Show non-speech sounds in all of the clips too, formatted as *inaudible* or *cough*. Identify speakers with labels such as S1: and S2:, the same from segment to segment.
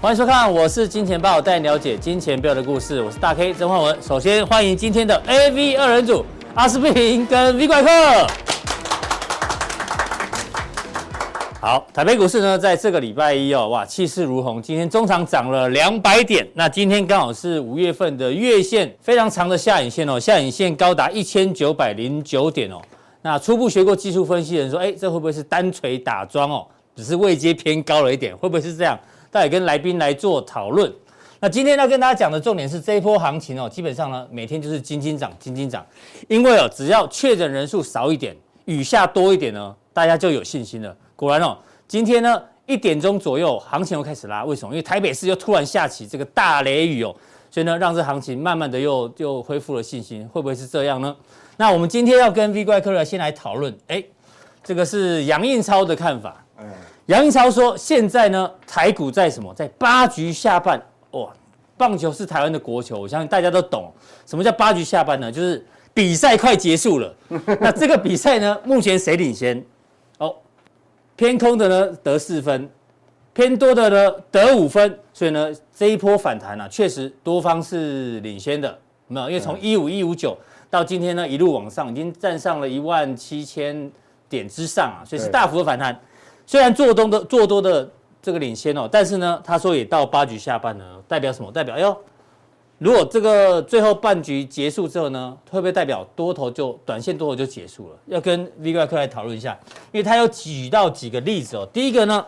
S1: 欢迎收看，我是金钱豹，带你了解金钱背后的故事。我是大 K 曾焕文。首先欢迎今天的 AV 二人组阿司匹林跟 V 怪客。好，台北股市呢，在这个礼拜一哦，哇，气势如虹。今天中场涨了两百点，那今天刚好是五月份的月线非常长的下影线哦，下影线高达一千九百零九点哦。那初步学过技术分析的人说，哎，这会不会是单锤打桩哦？只是位阶偏高了一点，会不会是这样？待会跟来宾来做讨论。那今天要跟大家讲的重点是这一波行情哦，基本上呢每天就是金金涨，金金涨，因为哦只要确诊人数少一点，雨下多一点呢，大家就有信心了。果然哦，今天呢一点钟左右行情又开始拉，为什么？因为台北市又突然下起这个大雷雨哦，所以呢让这行情慢慢的又又恢复了信心，会不会是这样呢？那我们今天要跟 V 怪客来先来讨论，哎，这个是杨印超的看法。杨英超说，现在呢，台股在什么？在八局下半。哇，棒球是台湾的国球，我相信大家都懂。什么叫八局下半呢？就是比赛快结束了。那这个比赛呢，目前谁领先？哦，偏空的呢得四分，偏多的呢得五分。所以呢，这一波反弹啊，确实多方是领先的，有没有？因为从一五一五九到今天呢，一路往上，已经站上了一万七千点之上啊，所以是
S2: 对
S1: 大幅的反弹。虽然做东的做多的这个领先哦，但是呢，他说也到八局下半了，代表什么？代表哎呦，如果这个最后半局结束之后呢，会不会代表多头就短线多头就结束了？要跟 V 怪客来讨论一下，因为他有举到几个例子哦。第一个呢，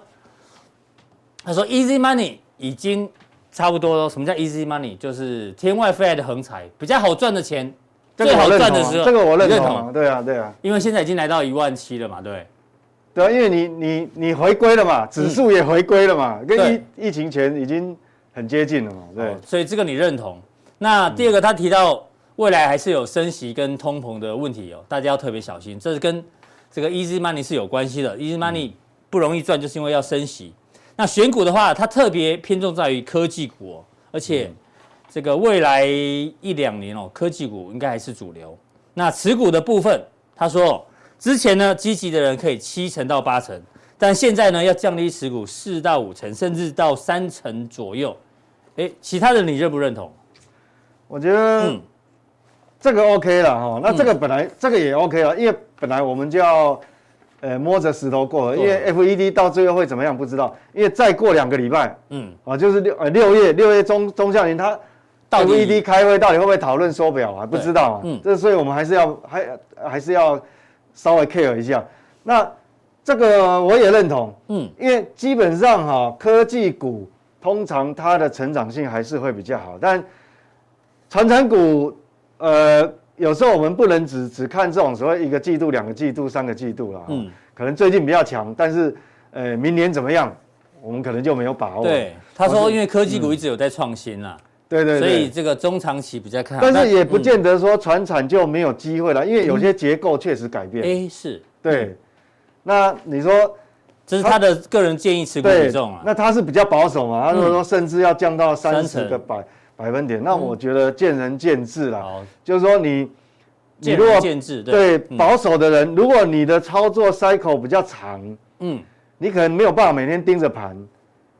S1: 他说 Easy Money 已经差不多了。什么叫 Easy Money？就是天外飞来的横财，比较好赚的钱，
S2: 这个
S1: 最好
S2: 我认
S1: 赚
S2: 同
S1: 的时
S2: 啊，
S1: 候，
S2: 这个我认
S1: 你
S2: 同啊，对啊，对啊，
S1: 因为现在已经来到一万七了嘛，对不对？
S2: 对啊，因为你你你回归了嘛，指数也回归了嘛，跟疫疫情前已经很接近了嘛，对
S1: 嗯哦，所以这个你认同。那第二个，他提到未来还是有升息跟通膨的问题哦，大家要特别小心，这是跟这个 easy money 是有关系的。easy money 不容易赚，就是因为要升息。那选股的话，它特别偏重在于科技股、哦，而且这个未来一两年哦，科技股应该还是主流。那持股的部分，他说哦之前呢，积极的人可以七成到八成，但现在呢，要降低持股四到五成，甚至到三成左右。哎，其他的你认不认同？
S2: 我觉得
S1: 嗯
S2: 这个 OK 了哈，那这个本来这个也 OK 了，因为本来我们就要呃摸着石头过河，因为 FED 到最后会怎么样不知道，因为再过两个礼拜
S1: 嗯，
S2: 啊，就是六呃六月六月中中下旬它。
S1: 到底
S2: FED E 开会到底会不会讨论缩表还不知道嘛。啊
S1: 对嗯
S2: 这所以我们还是要还还是要稍微 care 一下。那这个我也认同，
S1: 嗯
S2: 因为基本上哈、科技股通常它的成长性还是会比较好，但传产股呃有时候我们不能只只看这种所谓一个季度、两个季度、三个季度啦。
S1: 嗯
S2: 嗯，可能最近比较强，但是呃明年怎么样，我们可能就没有把握。
S1: 对，他说因为科技股一直有在创新啦，
S2: 对嗯对对，
S1: 所以这个中长期比较看好，
S2: 但是也不
S1: 嗯
S2: 见得说船产就没有机会了，因为有些结构确实改变。
S1: 哎是，
S2: 对，那你说
S1: 这是他的个人建议持股比
S2: 对
S1: 重，啊。嗯
S2: 那它是比较保守嘛？他说说甚至要降到
S1: 三
S2: 三
S1: 成嗯
S2: 十个百百分点，那我觉得见仁见智啦。
S1: 好，
S2: 就是说你你
S1: 见
S2: 如
S1: 仁
S2: 果
S1: 见智，
S2: 对
S1: 嗯
S2: 保守的人，如果你的操作 cycle 比较长，
S1: 嗯
S2: 你可能没有办法每天盯着盘，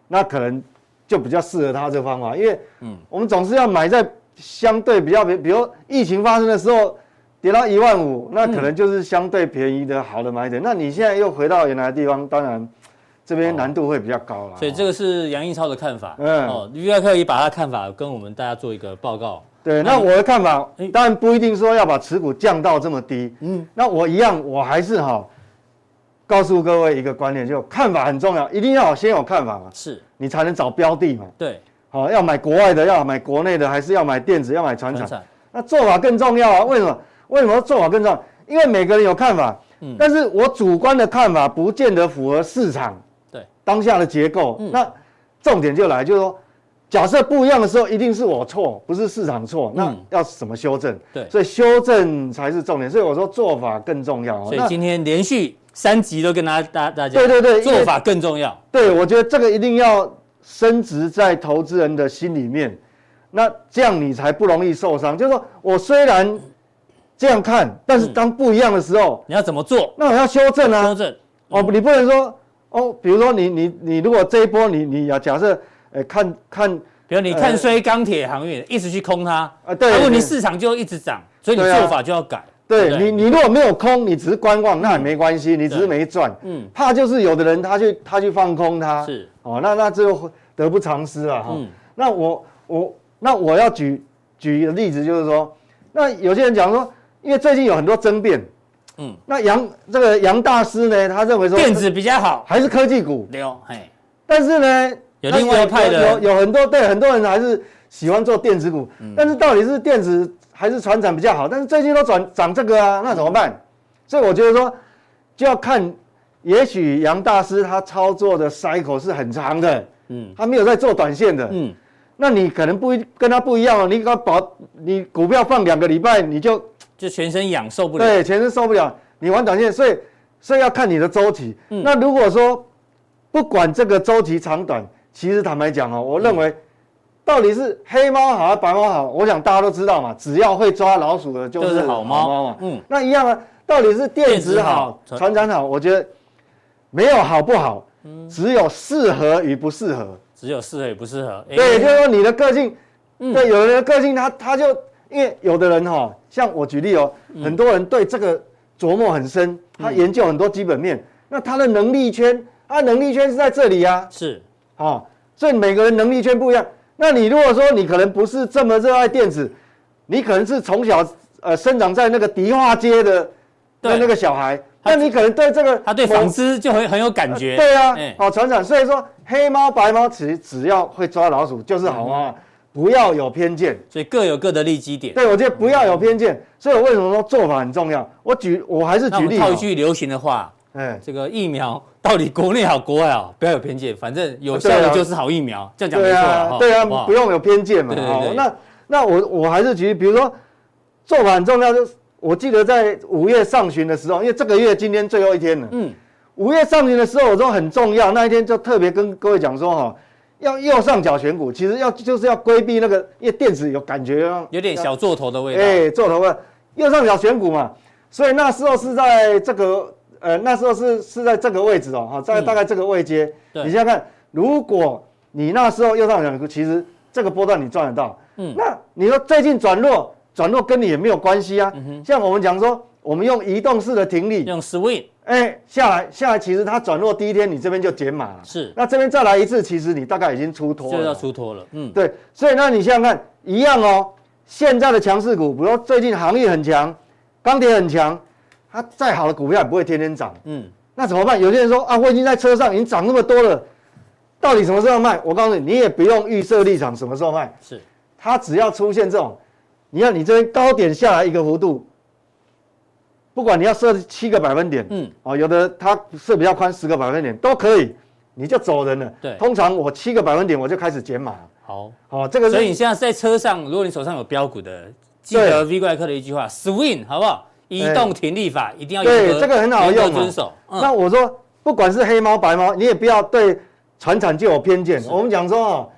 S2: 那可能就比较适合他这方法，因为
S1: 嗯
S2: 我们总是要买在相对比较比，比如疫情发生的时候跌到一万五，那可能就是相对便宜的好的买点。那你现在又回到原来的地方，当然这边难度会比较高了。
S1: 哦所以这个是杨应超的看法，
S2: 嗯
S1: 哦，于外克也把他看法跟我们大家做一个报告，
S2: 对，那我的看法当然不一定说要把持股降到这么低。
S1: 嗯
S2: 嗯，那我一样，我还是哈告诉各位一个观念，就看法很重要，一定要先有看法嘛，
S1: 是
S2: 你才能找标的嘛。
S1: 对，
S2: 好、要买国外的，要买国内的，还是要买电子，要买船
S1: 船
S2: 厂？
S1: 产
S2: 那做法更重要啊！为什么？为什么做法更重要？因为每个人有看法，但是我主观的看法不见得符合市场
S1: 对，
S2: 当下的结构。
S1: 嗯
S2: 那重点就来，就是说，假设不一样的时候，一定是我错，不是市场错。那
S1: 嗯
S2: 要怎么修正？
S1: 对
S2: 所以修正才是重点。所以我说做法更重要哦。
S1: 所以
S2: 那
S1: 今天连续三集都跟大家大大家
S2: 对对对因为
S1: 做法更重要，
S2: 对，我觉得这个一定要深植在投资人的心里面，那这样你才不容易受伤。就是说我虽然这样看，但
S1: 嗯
S2: 是当不一样的时候，
S1: 你要怎么做？
S2: 那我要修
S1: 嗯
S2: 正啊
S1: 修。正，
S2: 哦，你不能说哦，比如说你你你如果这一波你你要假设呃，看看
S1: 比如你看衰钢铁航运，一直去空它，
S2: 啊，对，
S1: 那问题
S2: 对
S1: 市场就一直涨，所以你
S2: 对啊
S1: 做法就要改。
S2: 对
S1: 不
S2: 你，你如果没有空，你只是观望，那也没关系，你只是没赚。
S1: 嗯，
S2: 怕就是有的人他去他去放空它，
S1: 是
S2: 哦，那那就得不偿失啊了哈。
S1: 嗯
S2: 那我我那我要举举一个例子，就是说，那有些人讲说，因为最近有很多争辩，
S1: 嗯，
S2: 那杨这个杨大师呢，他认为说
S1: 电子比较好，
S2: 还是科技股，
S1: 六，嘿，
S2: 但是呢，
S1: 有另外一派的
S2: 有有有很多对很多人还是喜欢做电子股，
S1: 嗯
S2: 但是到底是电子还是船长比较好？但是最近都转涨这个啊，那怎么办？所以我觉得说，就要看，也许杨大师他操作的 cycle 是很长的，
S1: 嗯
S2: 他没有在做短线的，
S1: 嗯，
S2: 那你可能不一跟他不一样哦，你搞保你股票放两个礼拜你就
S1: 就全身痒受不了，
S2: 对，全身受不了。你玩短线，所以所以要看你的周期。
S1: 嗯
S2: 那如果说不管这个周期长短，其实坦白讲哦，我认为到底是黑猫好还是白猫好，我想大家都知道嘛，只要会抓老鼠的就
S1: 就是是好
S2: 猫
S1: 猫
S2: 嘛，。
S1: 嗯，
S2: 那一样啊，到底是电子好、
S1: 电子好
S2: 船长好，我觉得没有好不好，
S1: 嗯
S2: 只有适合与不适合。
S1: 只有适合也不适合。哎
S2: 对，就是说你的个性，
S1: 嗯
S2: 对，有的人的个性他他就因为有的人哈、像我举例哦，
S1: 嗯
S2: 很多人对这个琢磨很深，他研究很多基本面，那他的能力圈，他能力圈是在这里啊，
S1: 是，
S2: 哦，所以每个人能力圈不一样。那你如果说你可能不是这么热爱电子，你可能是从小呃生长在那个迪化街的那
S1: 对
S2: 那个小孩，
S1: 他
S2: 那你可能对这个
S1: 他对
S2: 某
S1: 纺织就很很有感觉。
S2: 对啊
S1: 哎，
S2: 好船长，所以说黑猫白猫，其实只要会抓老鼠就是好猫啊，
S1: 嗯
S2: 不要有偏见。
S1: 所以各有各的利基点。
S2: 对，我觉得不要有偏见，所以我为什么说做法很重要？我举，我还是
S1: 那我
S2: 举
S1: 们
S2: 例哦
S1: 套
S2: 好
S1: 一，句流行的话，
S2: 哎，
S1: 这个疫苗到底国内好国外好，不要有偏见，反正有效
S2: 对
S1: 的
S2: 啊
S1: 就是好疫苗，这样讲没
S2: 对
S1: 错啊
S2: 啊
S1: 哈，
S2: 对啊
S1: 好，好
S2: 不用有偏见嘛。
S1: 对对
S2: 好
S1: 对，
S2: 那那我我还是举例，比如说做法很重要，就是我记得在五月上旬的时候，因为这个月今天最后一天了，
S1: 嗯，
S2: 五月上旬的时候，我说很重要，那一天就特别跟各位讲说哈、要右上角选股，其实要就是要规避那个，因为电子有感觉啊要
S1: 有点小做头的味道。
S2: 哎、做头发右上角选股嘛，所以那时候是在这个呃，那时候是是在这个位置哦，哈，在
S1: 嗯
S2: 大概这个位阶。
S1: 对
S2: 你想想看，如果你那时候右上角选股，其实这个波段你赚得到。
S1: 嗯
S2: 那你说最近转弱，转弱跟你也没有关系啊。像我们讲说，我们用移动式的停利，
S1: 嗯用 swing
S2: 哎、下来下来，其实它转弱第一天，你这边就减码了。
S1: 是
S2: 那这边再来一次，其实你大概已经出脱了。
S1: 就要出脱了。嗯，
S2: 对，所以那你想想看，一样哦。现在的强势股，比如说最近航运很强，钢铁很强，它再好的股票也不会天天涨，
S1: 嗯，
S2: 那怎么办？有些人说啊，我已经在车上已经涨那么多了，到底什么时候卖？我告诉你，你也不用预设立场什么时候卖，
S1: 是
S2: 它只要出现这种，你看你这边高点下来一个幅度，不管你要设七个百分点，
S1: 嗯，
S2: 哦，有的它设比较宽十个百分点都可以，你就走人了。
S1: 对
S2: 通常我七个百分点我就开始减码，
S1: 好。
S2: 哦，这个是
S1: 所以你现在在车上，如果你手上有标股的，记得 V 怪客的一句话：swing，好不好？移动停力法一定要
S2: 哎对
S1: 严格
S2: 这个很好用啊
S1: 严格遵守。嗯，
S2: 那我说，不管是黑猫白猫，你也不要对船产就有偏见。我们讲说哦，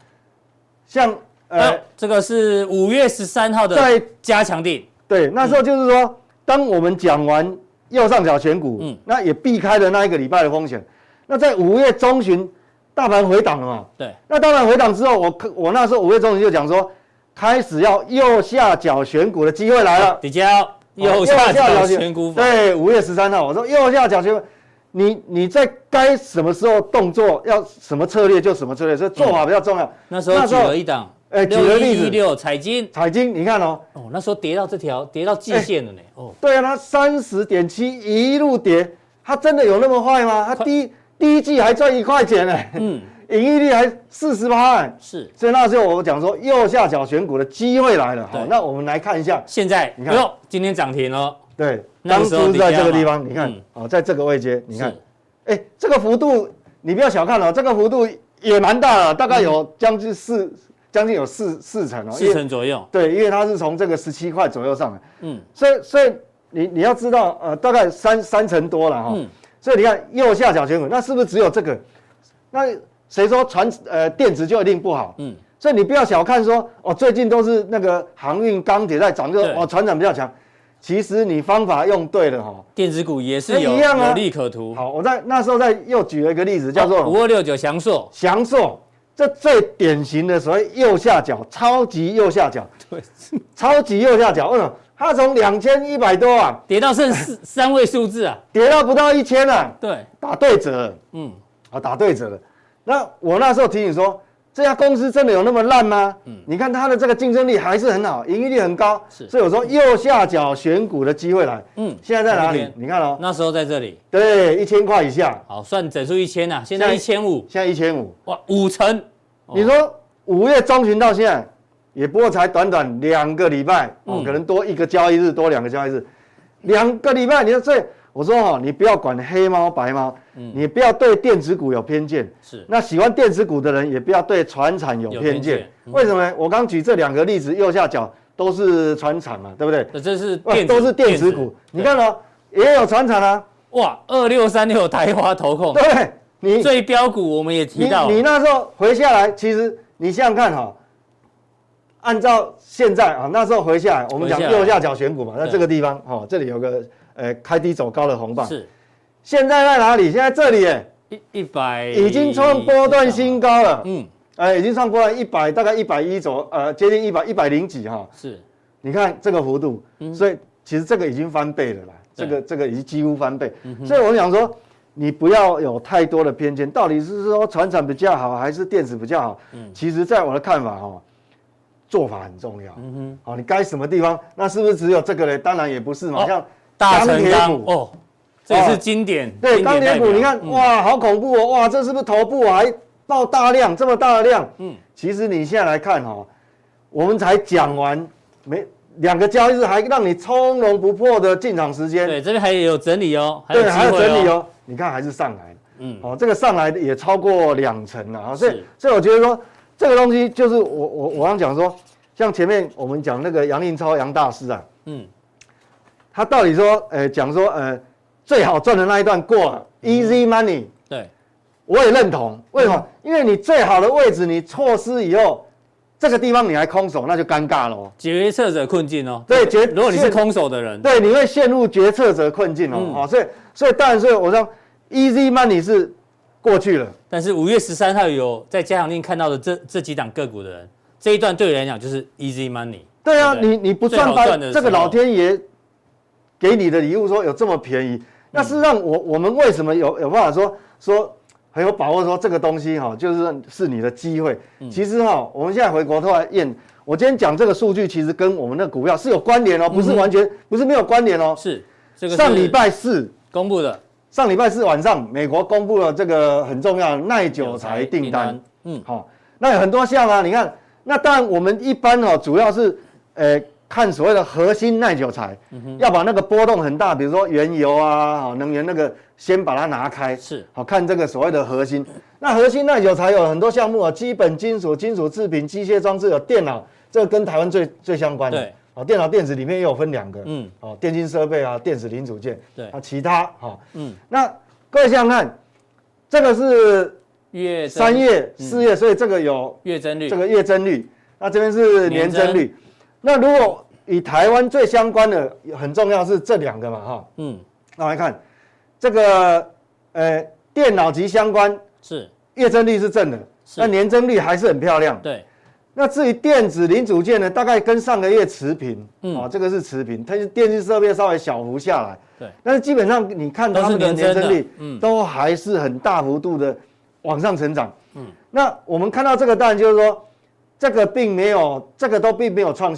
S2: 像呃
S1: 那，这个是五月十三号的
S2: 在
S1: 加强定，
S2: 对，那时候就是说，当我们讲完右上角选股，
S1: 嗯
S2: 那也避开了那一个礼拜的风险。那在五月中旬，大盘回档了嘛？
S1: 对，
S2: 那大盘回档之后，我可我那时候五月中旬就讲说，开始要右下角选股的机会来了。
S1: 比较
S2: 哦
S1: 右下角选股法，
S2: 对，五月十三号，我说右下角选股，你你在该什么时候动作，要什么策略就什么策略，所以做法比较重要。
S1: 嗯那时候举了一档，
S2: 哎举了例子
S1: 一六彩金，
S2: 彩金，你看哦，
S1: 哦，那时候跌到这条，跌到
S2: 哎
S1: 季线了呢，哦，
S2: 对啊，它三十点七一路跌，它真的有那么坏吗？它第第一季还赚一块钱呢、
S1: 嗯，
S2: *laughs* 盈利率还四十八，哎
S1: 是，
S2: 所以那时候我讲说右下角选股的机会来了。好
S1: 对，
S2: 那我们来看一下，
S1: 现在
S2: 你看
S1: 哟，今天涨停了，
S2: 对，
S1: 那
S2: 当
S1: 个时候
S2: 初在这个地
S1: 底价
S2: 方，
S1: 嘛
S2: 你看
S1: 嗯，
S2: 哦，在这个位阶，你看
S1: 是。
S2: 哎、这个幅度你不要小看哦，这个幅度也蛮大的，大概有将近四，将近有四四成哦，因
S1: 四
S2: 为
S1: 成左右，
S2: 对，因为它是从这个十七块左右上来，
S1: 嗯，
S2: 所以所以你你要知道，呃，大概三三成多了哈、
S1: 嗯
S2: 所以你看右下角选股，那是不是只有这个？那谁说传呃电子就一定不好？
S1: 嗯，
S2: 所以你不要小看说哦，最近都是那个航运、钢铁在涨，就
S1: 对
S2: 哦船长比较强。其实你方法用对了哈、
S1: 电子股也是有
S2: 那一样啊
S1: 有利可图，哦
S2: 好，我在那时候在又举了一个例子，叫做
S1: 五二六九祥硕，
S2: 翔硕，这最典型的所谓右下角，超级右下角，
S1: 对，
S2: 超级右下角，嗯，它从两千一百多啊，
S1: *laughs* 跌到剩四三位数字啊，
S2: 跌到不到一千了，
S1: 对，
S2: 打对折，
S1: 嗯，
S2: 啊，打对折了。那我那时候提醒说，这家公司真的有那么烂吗？你看它的这个竞争力还是很好，盈利率很高，
S1: 嗯是
S2: 所以我说右下角选股的机会来，
S1: 嗯
S2: 现在在哪
S1: 这
S2: 里
S1: 边？
S2: 你看哦，
S1: 那时候在这里，
S2: 对，一千块以下，
S1: 好，算整数一千啊，现在一
S2: 现
S1: 千五，
S2: 现在一千五，
S1: 哇，五成，哦
S2: 你说五月中旬到现在，也不过才短短两个礼拜，哦，
S1: 嗯
S2: 可能多一个交易日，多两个交易日，两个礼拜，你说这，我说哦，你不要管黑猫白猫，你不要对电子股有偏见。
S1: 嗯是
S2: 那喜欢电子股的人也不要对船产有
S1: 有
S2: 偏
S1: 偏
S2: 见，
S1: 见嗯
S2: 为什么呢？我刚举这两个例子，右下角都是船产嘛，对不对？
S1: 那这是
S2: 哇
S1: 电子哦
S2: 都是电子股，你看哦，也有船产啊，
S1: 对哇，二六三六台花投控
S2: 对不对？你
S1: 最标股，我们也提到
S2: 你你那时候回下来，其实你想想看哈、按照现在啊，那时候回下来，我们讲
S1: 回下来
S2: 右下角选股嘛，那
S1: 对
S2: 这个地方哦，这里有个呃开低走高的红棒，
S1: 是
S2: 现在在哪里？现在这里耶，
S1: 一一百
S2: 已经创波段新，高了，
S1: 嗯，
S2: 哎，已经创波段一百，大概一百一左，呃，接近一百一百零几哈、
S1: 是
S2: 你看这个幅度，所以其实这个已经翻倍了啦，这
S1: 嗯对嗯
S2: 个这个已经几乎翻倍。所以我想说，你不要有太多的偏见，到底是说船产比较好还是电子比较好？
S1: 嗯
S2: 其实在我的看法哦，做法很重要。
S1: 嗯
S2: 好，你该什么地方？那是不是只有这个嘞？当然也不是嘛，
S1: 哦
S2: 像
S1: 大
S2: 钢
S1: 成
S2: 铁
S1: 钢
S2: 股
S1: 哦，这也是经典，
S2: 对，
S1: 经
S2: 钢铁
S1: 代
S2: 股，
S1: 表
S2: 你看，
S1: 嗯
S2: 哇，好恐怖哦，哇，这是不是头部啊还爆大量，这么大的量？嗯，其实你现在来看哈、哦，我们才讲完没两个交易日，还让你从容不迫的进场时间，
S1: 对，这边还有整理哦，还有
S2: 对，还有
S1: 机会
S2: 整理，哦，你看还是上来的，
S1: 嗯，
S2: 哦，这个上来的也超过两成了啊，所以
S1: 是
S2: 所以我觉得说这个东西就是我我我刚讲说，像前面我们讲那个杨应超杨大师啊，
S1: 嗯，
S2: 他到底说，呃，讲说呃最好赚的那一段过了、e
S1: 嗯
S2: a s y money。
S1: 对，
S2: 我也认同，为什么？
S1: 嗯
S2: 因为你最好的位置你错失以后，这个地方你还空手，那就尴尬了。哦
S1: 决策者困境哦，
S2: 对决
S1: 如果你是空手的人，
S2: 对，你会陷入决策者困境哦。
S1: 嗯
S2: 哦，所以所以当然，所以我说，easy money 是过去了，
S1: 但是五月十三号有在加强令看到的这这几档个股的人，这一段对你来讲就是 easy money，
S2: 对啊，
S1: 对不对
S2: 你你不
S1: 最好
S2: 赚白
S1: 赚的，时候
S2: 这个老天爷给你的礼物说有这么便宜，那是
S1: 嗯
S2: 让我我们为什么有有办法说说很有把握说这个东西哈、就是是你的机会。
S1: 嗯
S2: 其实哈、我们现在回国头来验，我今天讲这个数据其实跟我们的股票是有关联哦，不是完全、不是没有关联哦。
S1: 是嗯这个
S2: 上
S1: 是
S2: 礼拜四。
S1: 公布的
S2: 上礼拜四晚上，美国公布了这个很重要的耐久材订单，，
S1: 嗯，
S2: 好、那有很多项啊。你看，那当然我们一般哦，主要是呃看所谓的核心耐久材，
S1: 嗯
S2: 要把那个波动很大，比如说原油啊、好能源那个，先把它拿开，
S1: 是
S2: 好看这个所谓的核心。那核心耐久材有很多项目啊，基本金属、金属制品、机械装置、有电脑，这个跟台湾最最相关的。
S1: 对
S2: 哦，电脑电子里面也有分两个，
S1: 嗯，
S2: 哦，电竞设备啊，电子零组件，
S1: 对
S2: 啊，其他，好，
S1: 嗯，
S2: 那各位想想看，这个是
S1: 月增
S2: 三月、四月，所以这个有
S1: 月增率
S2: 这个月增率，那这边是年增率。那如果以台湾最相关的很重要是这两个嘛哈，
S1: 嗯
S2: 那我们来看这个呃电脑及相关
S1: 是
S2: 月增率是正的，
S1: 是
S2: 那年增率还是很漂亮。
S1: 对
S2: 那至于电子零组件呢，大概跟上个月持平，
S1: 嗯
S2: 啊，这个是持平，它是电视设备稍微小幅下来，
S1: 对
S2: 但是基本上你看他们的年
S1: 都
S2: 增
S1: 是年增
S2: 率
S1: 的，嗯
S2: 都还是很大幅度的往上成长。嗯，那我们看到这个，当然就是说，这个并没有，这个都并没有创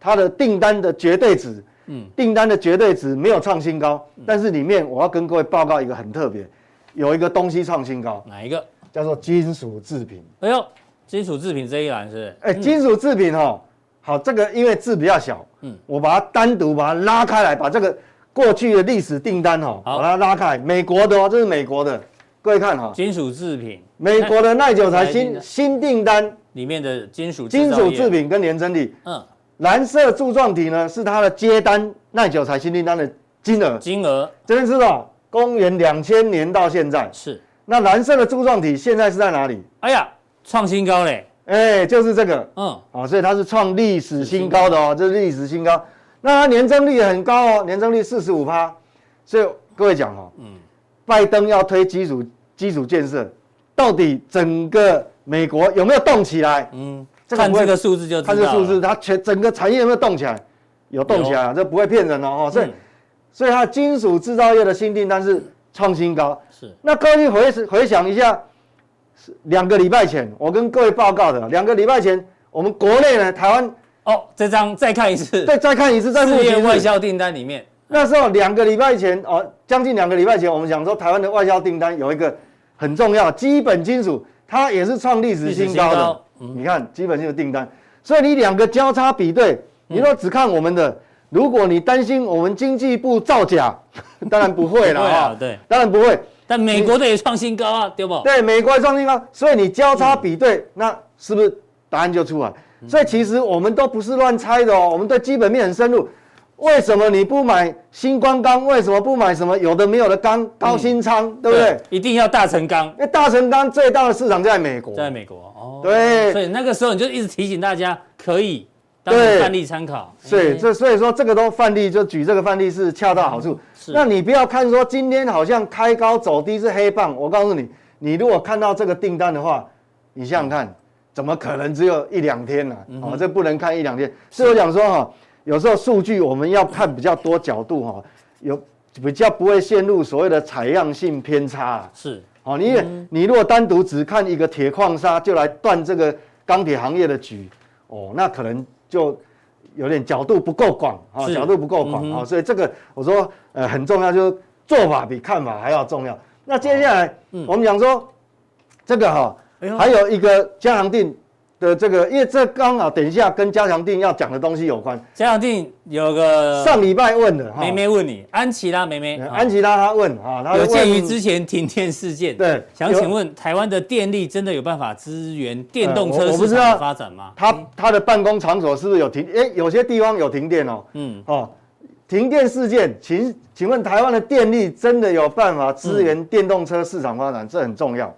S2: 它的订单的绝对值，
S1: 嗯
S2: 嗯，订单的绝对值没有创新高，但是里面我要跟各位报告一个很特别，有一个东西创新高，
S1: 哪一个？
S2: 叫做金属制品。
S1: 哎呦，金属制品这一栏是不是
S2: 哎、金属制品哦，好，这个因为字比较小，
S1: 嗯
S2: 嗯，我把它单独把它拉开来，把这个过去的历史订单哦，
S1: 好
S2: 把它拉开来，美国的哦，这是美国的，各位看哈、哦，
S1: 金属制品
S2: 美国的耐久材
S1: 耐
S2: 新
S1: 久材
S2: 新订单，
S1: 里面的金属
S2: 金
S1: 造
S2: 属
S1: 业
S2: 制，品跟年增率，
S1: 嗯，
S2: 蓝色柱状体呢是它的接单耐久材新订单的金额，
S1: 金额
S2: 这边是哦，公元两千年到现在，
S1: 是，
S2: 那蓝色的柱状体现在是在哪里？
S1: 哎呀，创新高嘞，
S2: 哎、就是这个，
S1: 嗯，
S2: 啊，所以它是创历史新高的哦，这是历史新高。那它年增率也很高哦，年增率四十五趴。所以各位讲哦，嗯，拜登要推基础基础建设，到底整个美国有没有动起来？
S1: 嗯，
S2: 这个
S1: 看
S2: 不会
S1: 这个数字就知道
S2: 看
S1: 了
S2: 这数字，它全整个产业有没有动起来？有动起来啊，这不会骗人哦。哦所以，
S1: 嗯
S2: 所以它金属制造业的新订单是创新高。
S1: 是
S2: 那各位回回想一下，是两个礼拜前我跟各位报告的，两个礼拜前我们国内呢，台湾
S1: 哦，这张再看一次，
S2: 再再看一次，再复
S1: 事
S2: 习
S1: 业
S2: 一
S1: 外
S2: 次。
S1: 销订单里面，
S2: 那时候两个礼拜前哦，将近两个礼拜前，我们讲说台湾的外销订单有一个很重要基本金属，它也是创历史
S1: 历史
S2: 新高
S1: 新
S2: 的。
S1: 高嗯
S2: 你看基本金属订单，所以你两个交叉比对，
S1: 嗯
S2: 你若只看我们的，如果你担心我们经济部造假， *laughs* 当然不会了
S1: 不会啊
S2: 啊，
S1: 对，
S2: 当然不会。
S1: 但美国的也创新高啊，对不？
S2: 对，美国的创新高，所以你交叉比对，那是不是答案就出来？所以其实我们都不是乱猜的哦，我们对基本面很深入。为什么你不买星光钢？为什么不买什么有的没有的钢高新仓，对不对？？
S1: 一定要大成钢
S2: 因，为大成钢最大的市场在美国，
S1: 在美国哦。
S2: 对
S1: 所以那个时候你就一直提醒大家可以当
S2: 对
S1: 范例参考。
S2: 所以
S1: 哎嗯
S2: 这所以说这个都范例，就举这个范例是恰到好处。
S1: 是
S2: 那你不要看说今天好像开高走低是黑棒，我告诉你，你如果看到这个订单的话，你想想
S1: 嗯
S2: 看，怎么可能只有一两天呢、哦，这不能看一两天。所以我讲说哈、有时候数据我们要看比较多角度哈、有比较不会陷入所谓的采样性偏差、啊。
S1: 是
S2: 哦，你也、
S1: 嗯
S2: 你如果单独只看一个铁矿砂就来断这个钢铁行业的局，哦，那可能就有点角度不够广啊、哦，
S1: 是嗯
S2: 角度不够广啊、哦，所以这个我说呃很重要，就是做法比看法还要重要。那接下来、我们讲说这个哈、
S1: 哦嗯哎呦
S2: 还有一个加强定的这个，因为这刚好等一下跟加强定要讲的东西有关。
S1: 嘉永定有个
S2: 上礼拜问的哈，
S1: 梅梅问你，安琪拉梅梅，
S2: 呃
S1: 啊
S2: 安吉拉他问啊，他
S1: 有鉴于
S2: 问
S1: 之前停电事件，
S2: 对
S1: 想
S2: 有
S1: 请问台湾的电力真的有办法支援电
S2: 呃
S1: 动
S2: 我
S1: 车
S2: 我不
S1: 市
S2: 知
S1: 场的
S2: 道
S1: 发展吗？
S2: 他他的办公场所是不是有停？哎、有些地方有停电哦。
S1: 嗯，
S2: 哦，停电事件，请请问台湾的电力真的有办法支援电动车市场发展？这很重要。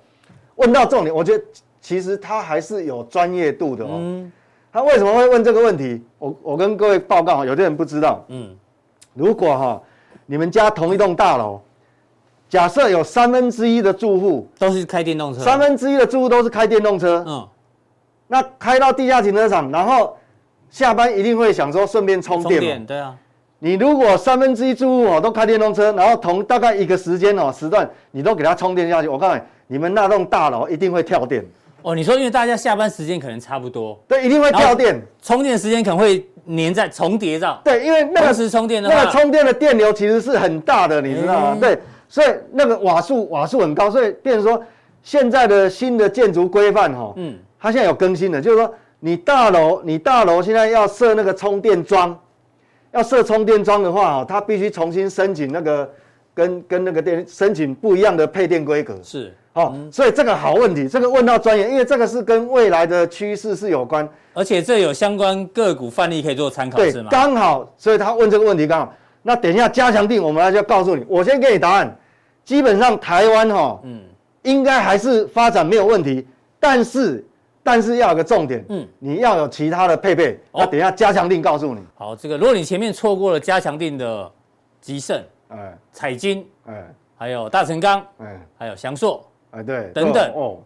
S2: 问到重点，我觉得其实他还是有专业度的哦。他为什么会问这个问题？我我跟各位报告哦，有的人不知道。
S1: 嗯，
S2: 如果哈、你们家同一栋大楼，假设有三分之一的住户，
S1: 都是开电动车，
S2: 三分之一的住户都是开电动车，
S1: 嗯，
S2: 那开到地下停车场，然后下班一定会想说顺便充
S1: 充
S2: 电嘛。
S1: 电对啊，
S2: 你如果三分之一住户哦都开电动车，然后同大概一个时间哦时段，你都给它充电下去，我告诉你，你们那栋大楼一定会跳电，
S1: 哦，你说因为大家下班时间可能差不多，
S2: 对，一定会跳电，
S1: 充电时间可能会粘在重叠到，
S2: 对，因为那
S1: 同
S2: 个
S1: 时充电的话，
S2: 那个充电的电流其实是很大的，你知道吗？
S1: 嗯
S2: 对，所以那个瓦数瓦数很高，所以变成说现在的新的建筑规范哈，
S1: 嗯，
S2: 它现在有更新的，就是说你大楼你大楼现在要设那个充电桩，要设充电桩的话哦，它必须重新申请那个跟跟那个电申请不一样的配电规格。
S1: 是，
S2: 哦，所以这个好问题，这个问到专业，因为这个是跟未来的趋势是有关。
S1: 而且这有相关个股范例可以做参考，
S2: 对
S1: 是，吗？
S2: 刚好，所以他问这个问题刚好。那等一下加强定，我们要就告诉你，我先给你答案。基本上台湾哈、哦，
S1: 嗯
S2: 应该还是发展没有问题，但是但是要有个重点，
S1: 嗯
S2: 嗯，你要有其他的配备。
S1: 哦
S2: 那等一下加强定告诉你，
S1: 好，这个如果你前面错过了加强定的吉盛、
S2: 哎
S1: 彩金，
S2: 哎
S1: 还有大成钢，
S2: 哎
S1: 还有翔硕
S2: 哎，对，
S1: 等等
S2: 哦，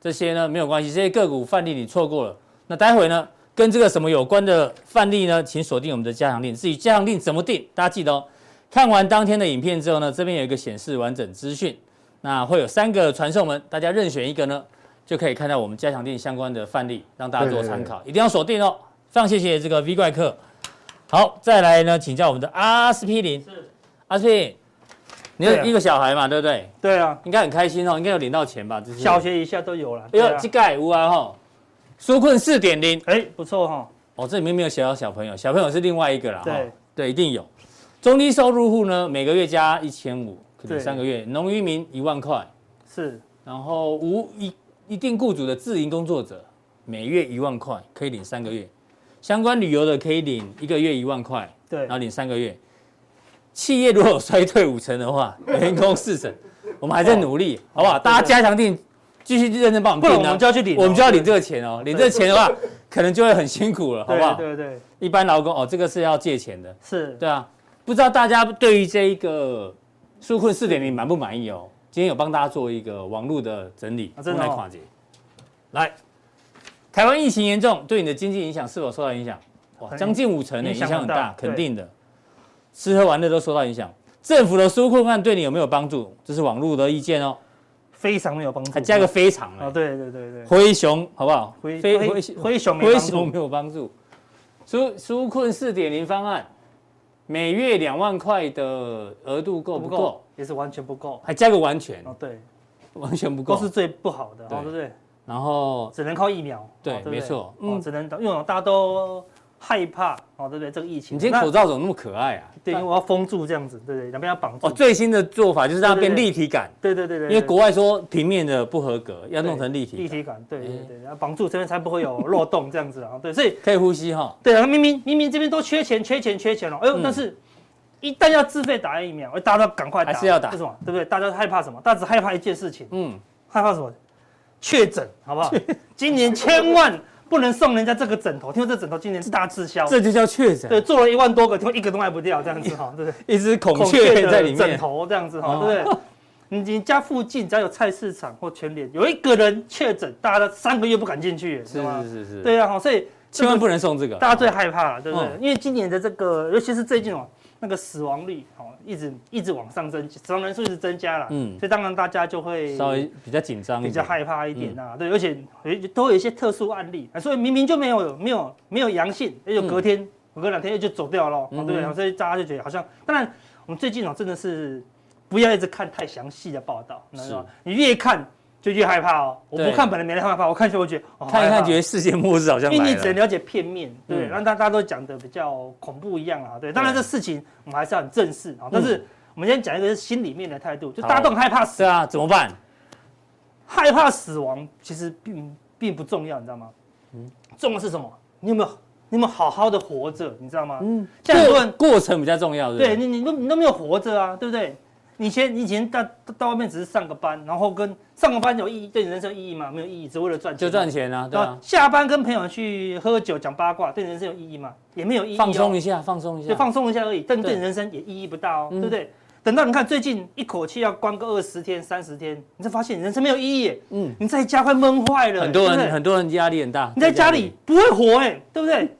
S1: 这些呢，没有关系，这些个股范例你错过了，那待会呢跟这个什么有关的范例呢，请锁定我们的加强定。至于加强定怎么定，大家记得哦。看完当天的影片之后呢，这边有一个显示完整资讯，那会有三个传送门，大家任选一个呢，就可以看到我们加强定相关的范例，让大家做参考，一定要锁定哦。非常谢谢这个 V 怪客。好，再来呢，请教我们的阿司匹林。阿司匹林，你有
S3: 对啊
S1: 一个小孩嘛，对不对？
S3: 对啊，
S1: 应该很开心哦，应该有领到钱吧？这些
S3: 小学以下都有了。
S1: 哎
S3: 对
S1: 呦，
S3: 啊
S1: 这，盖有啊吼，纾困四点零
S3: 哎，不错哈。
S1: 哦，这里面没有写到小朋友，小朋友是另外一个啦，
S3: 对
S1: 吼对，一定有。中低收入户呢，每个月加一千五，可能
S3: 对
S1: 三个月；农渔民一万块，
S3: 是，
S1: 然后无一一定雇主的自营工作者，每月一万块，可以领三个月；相关旅游的可以领一个月一万块，
S3: 对
S1: 然后领三个月。企业如果有衰退五成的
S3: *laughs*
S1: 话，员工四成，我们还在努力，好不好？大家加强定，继续认真帮我们
S3: 哦不然
S1: 定
S3: 我
S1: 啊
S3: 们就要去领哦，
S1: 我们就要领这个钱哦，领这个钱的话，可能就会很辛苦了，好
S3: 对
S1: 不好？
S3: 对对，
S1: 一般劳工哦，这个是要借钱的，
S3: 是，
S1: 对啊。不知道大家对于这一个纾困四点零满不满意哦？今天有帮大家做一个网络的整理，
S3: 啊真的哦
S1: 跨节，来，台湾疫情严重，对你的经济影响是否受到影响？哇，
S3: 很
S1: 将近五成呢，
S3: 影
S1: 影
S3: 响
S1: 响很
S3: 很
S1: 大
S3: 大，
S1: 肯
S3: 对
S1: 定的。吃喝玩乐都受到影响。政府的纾困案对你有没有帮助？这是网络的意见哦，
S3: 非常没有帮助。
S1: 还加个非常
S3: 啊，
S1: 呢。
S3: 对对对对，
S1: 灰熊好不好？
S3: 灰
S1: 非
S3: 灰灰熊没
S1: 灰
S3: 帮助
S1: 熊没有帮助。纾纾困四点零方案，每月两万块的额度够不够？
S3: 也是完全不够。
S1: 还加个完全，
S3: 哦，对，
S1: 完全不
S3: 都
S1: 够
S3: 是。最不好的，哦
S1: 对
S3: 对不对？
S1: 然后
S3: 只能靠疫苗，哦
S1: 对
S3: 不
S1: 没错
S3: 哦
S1: 嗯，
S3: 只能因为大家都害怕，哦，对不对？这个疫情，
S1: 你今天
S3: 那
S1: 口罩怎么那么可爱啊？
S3: 对，因为我要封住这样子，对对，两边要绑住
S1: 哦，，最新的做法就是让它
S3: 对对
S1: 变
S3: 对
S1: 立体感，
S3: 对对对对，
S1: 因为
S3: 对
S1: 国外说平面的不合格，要
S3: 对
S1: 弄成立体
S3: 立
S1: 感，
S3: 体感，对对
S1: 哎
S3: 对，然后绑住这边才不会有漏洞这样子啊，对，所以
S1: 可以呼吸哈。
S3: 对啊，明明明明这边都缺钱，缺钱，缺钱了，哎呦
S1: 嗯，
S3: 但是一旦要自费打疫苗，哎大家都赶快打，
S1: 还是要打
S3: 为什么？对不对？大家害怕什么？大家只害怕一件事情，
S1: 嗯，
S3: 害怕什么？确诊，好不好？今年千万不能送人家这个枕头，听说这枕头今年是大滞销，
S1: 这就叫确
S3: 对，
S1: 诊，
S3: 做了一万多个，听说一个都卖不掉，这样子哈，对不对？
S1: 一只 *laughs* 孔雀在里
S3: 的枕
S1: 面。
S3: 头这样子哈，
S1: 哦
S3: 对不对？你你家附近只要有菜市场或全联，有一个人确诊，大家都三个月不敢进去，你知
S1: 是
S3: 道吗？
S1: 是是是，，
S3: 对啊，哈所以
S1: 千万
S3: 这个
S1: 不能送这个。
S3: 大家最害怕了，对不对？
S1: 嗯
S3: 因为今年的这个，尤其是最近哦，那个死亡率哦，一直一直往上增，死亡人数一直增加了，
S1: 嗯
S3: 嗯，所以当然大家就会
S1: 稍微比较紧张一
S3: 比较
S1: 点，
S3: 害怕一点呐、
S1: 嗯
S3: 对，而且诶都有一些特殊案例，啊所以明明就没有没有没有阳性，哎也就隔天、隔两天就走掉了，
S1: 嗯
S3: 哦对啊，所以大家就觉得好像，当然我们最近哦真的是不要一直看太详细的报道，你知道吗你越看就越害怕哦。我
S1: 对
S3: 不看本来没害怕，我看就会觉得、哦、
S1: 看一
S3: 害
S1: 看
S3: 怕
S1: 觉得世界末日好像
S3: 因为
S1: 来
S3: 你只能
S1: 了。
S3: 了解片面，对，
S1: 嗯
S3: 然后大大家都讲的比较恐怖一样啊，对。当然
S1: 对嗯
S3: 这事情我们还是要很正视啊，但是我们先讲一个是心里面的态度，就
S1: 好
S3: 大家都很害怕死
S1: 是啊，怎么办？
S3: 害怕死亡其实并并不重要，你知道吗？
S1: 嗯
S3: 重要是什么？你有没有你有没有好好的活着？你知道吗？嗯，像很多
S1: 过
S3: 人
S1: 过程比较重要，
S3: 对
S1: 对不对，
S3: 你你都你都没有活着啊，对不对？你以前你以前到到外面只是上个班，然后跟上个班有意义，对你人生有意义吗？没有意义，只为了赚钱，
S1: 就赚。钱啊，对
S3: 对
S1: 啊
S3: 吧，？下班跟朋友去喝酒讲八卦，对你人生有意义吗？也没有意义、哦。
S1: 啊放松一下，放松一
S3: 就
S1: 下，
S3: 放松一下而已，但对
S1: 对
S3: 你人生也意义不大哦，
S1: 嗯
S3: 对不对？等到你看最近一口气要关个二十天、三十天，你才发现你人生没有意义耶。
S1: 嗯
S3: 嗯，你在家快闷坏了耶，
S1: 很多
S3: 对不
S1: 人
S3: 对
S1: 很多人压力很嗯大。
S3: 你在家里不会活哎，对不对？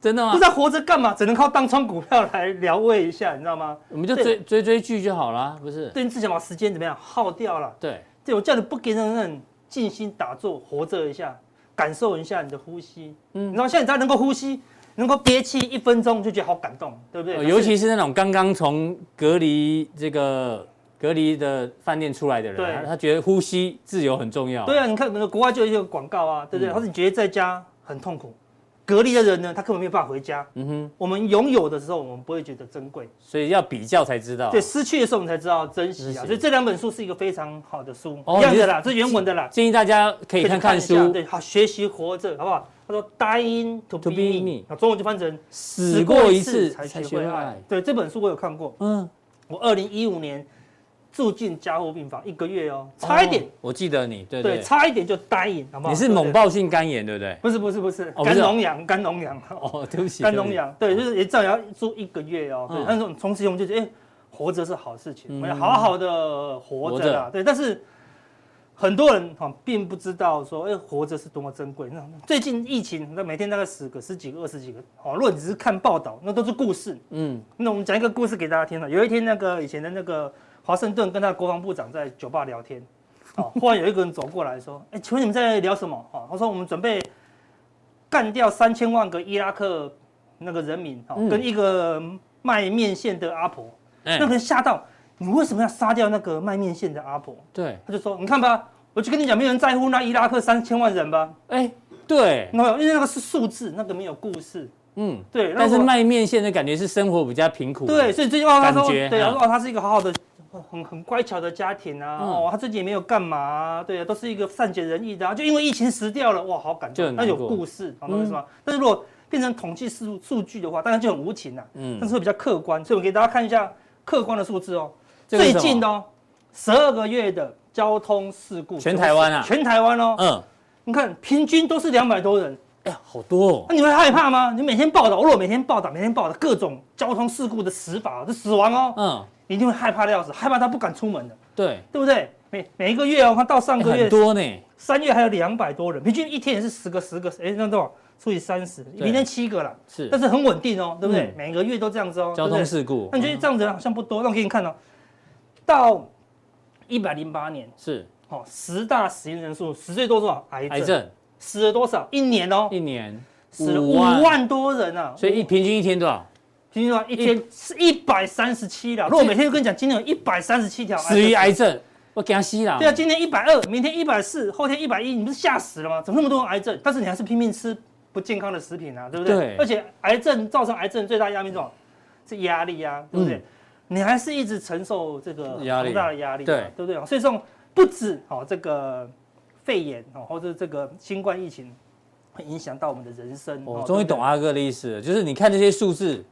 S1: 真的吗啊
S3: 不知？道活着干嘛，只能靠当冲股票来疗慰一下，你知道吗？
S1: 我们就
S3: 对
S1: 追追追剧就好啦，不是？
S3: 对你自己把时间怎么样耗掉了？
S1: 对，
S3: 对我叫你不给人人静心打坐，活着一下，感受一下你的呼吸。嗯，然后像你才能够呼吸，能够憋气一分钟，就觉得好感动，对不对？
S1: 呃
S3: 可是
S1: 尤其是那种刚刚从隔离这个隔离的饭店出来的人啊，
S3: 对
S1: 他觉得呼吸自由很重要。
S3: 对啊，你看那个国外就有一些广告啊，对不对？
S1: 嗯
S3: 他、是觉得在家很痛苦，隔离的人呢，他根本没有办法回家。
S1: 嗯哼，
S3: 我们拥有的时候，我们不会觉得珍贵；
S1: 所以要比较才知道。
S3: 对，，失去的时候，我们才知道珍惜
S1: 啊珍惜
S3: 啊。所以这两本书是一个非常好的书，
S1: 哦
S3: 一样的啦，这是原文的啦，
S1: 建议大家可以
S3: 可以
S1: 看看
S3: 一下
S1: 书，
S3: 对，好学习活着，好不好？他说 “Dying to
S1: To
S3: be
S1: be
S3: me”，啊，中文就翻成“
S1: 死过一次才学会爱。”。
S3: 对，这本书我有看过，
S1: 嗯，
S3: 我二零一五年住进加护病房一个月哦，差一点
S1: 哦，，我记得你，对
S3: 对，
S1: 对，
S3: 差一点就 dying，好不好？
S1: 你是
S3: 对不对
S1: 猛爆性肝炎，对不对？
S3: 不是不是不是，
S1: 哦不
S3: 肝
S1: 是啊
S3: 脓疡，肝脓疡，
S1: 哦，对不起，
S3: 肝
S1: 对不
S3: 脓
S1: 起，
S3: 疡，对，就是也至少要住一个月哦。对
S1: 嗯，
S3: 但是我们从此以后我们就觉得，哎，活着是好事情，
S1: 嗯
S3: 我要好好的
S1: 活
S3: 活着啦。对，但是很多人哈并不知道说，哎，活着是多么珍贵。那最近疫情，那每天大概十个、十几个、二十几个，哦，如果你只是看报道，那都是故事。
S1: 嗯，
S3: 那我们讲一个故事给大家听了。有一天，那个以前的那个华盛顿跟他的国防部长在酒吧聊天，哦，忽然有一个人走过来说：“ *laughs* 哎、请问你们在聊什么？”哦，他说：“我们准备干掉三千万个伊拉克那个人民，哦，
S1: 嗯
S3: 跟一个卖面线的阿婆。
S1: 哎
S3: 那，个人吓到，你为什么要杀掉那个卖面线的阿婆？
S1: 对，
S3: 他就说：“你看吧，我就跟你讲，没有人在乎那伊拉克三千万人吧？
S1: 哎，对，
S3: 那因为那个是数字，那个没有故事。
S1: 嗯，
S3: 对，
S1: 但是
S3: 那我
S1: 卖面线的感觉是生活比较贫苦，
S3: 对，，所以最近哦，
S1: 感
S3: 他说，
S1: 觉
S3: 对啊，
S1: 嗯
S3: 哦，他是一个好好的、很很乖巧的家庭啊，
S1: 嗯
S3: 哦，他最近也没有干嘛、啊，对啊，都是一个善解人意的、啊，就因为疫情死掉了，哇，好感
S1: 就很
S3: 动，
S1: 难
S3: 那有
S1: 过嗯
S3: 故事，懂我意思吗？但是如果变成统计数数据的话，当然就很无情啦、
S1: 嗯
S3: 但是会比较客观，所以我给大家看一下客观的数字哦，
S1: 这个是
S3: 最
S1: 什么
S3: 近的哦，十二个月的交通事故，
S1: 全台湾啊
S3: 全台湾哦，
S1: 嗯，
S3: 你看平均都是两百多人，
S1: 哎呀，好多哦，
S3: 那你会害怕吗？你每天报道，如果每天报道，每天报道各种交通事故的死法，这死亡哦，
S1: 嗯，
S3: 一定会害怕的要死，害怕他不敢出门的，
S1: 对，
S3: 对不对？每每一个月哦，看到上
S1: 哎
S3: 个月
S1: 很多呢，
S3: 三月还有两百多人，平均一天也是十个十个，哎，那多少除以三十，明天七个了，
S1: 是
S3: 但是很稳定哦，对不对？
S1: 嗯
S3: 每个月都这样子哦，
S1: 交通
S3: 对不对
S1: 事故
S3: 那，你觉得这样子好像不多？那我给你看哦，到一百零八年，
S1: 是
S3: 哦，十大死因人数，死最多多少？癌症，
S1: 癌症
S3: 死了多少？一年哦，
S1: 一年
S3: 死了五万多人啊，
S1: 所以一平均一天多少？
S3: 平均的话一天是一百三十七了。如果每天都跟你讲，今天有一百三十七条
S1: 死于癌
S3: 症，
S1: 症，我给他吸了。
S3: 对啊，今天一百二，明天一百四，后天一百一，你不是吓死了吗？怎么那么多人癌症？但是你还是拼命吃不健康的食品啊，对不对？
S1: 对
S3: 而且癌症造成癌症最大压力是什么？是压力啊，对不对？
S1: 嗯
S3: 你还是一直承受这个很
S1: 压力
S3: 大的压力、啊，
S1: 对
S3: 对不对？所以这种不止哦，这个肺炎哦，或者这个新冠疫情，会影响到我们的人生。
S1: 我
S3: 哦
S1: 终于
S3: 对不对
S1: 懂阿哥的意思了，就是你看这些数字，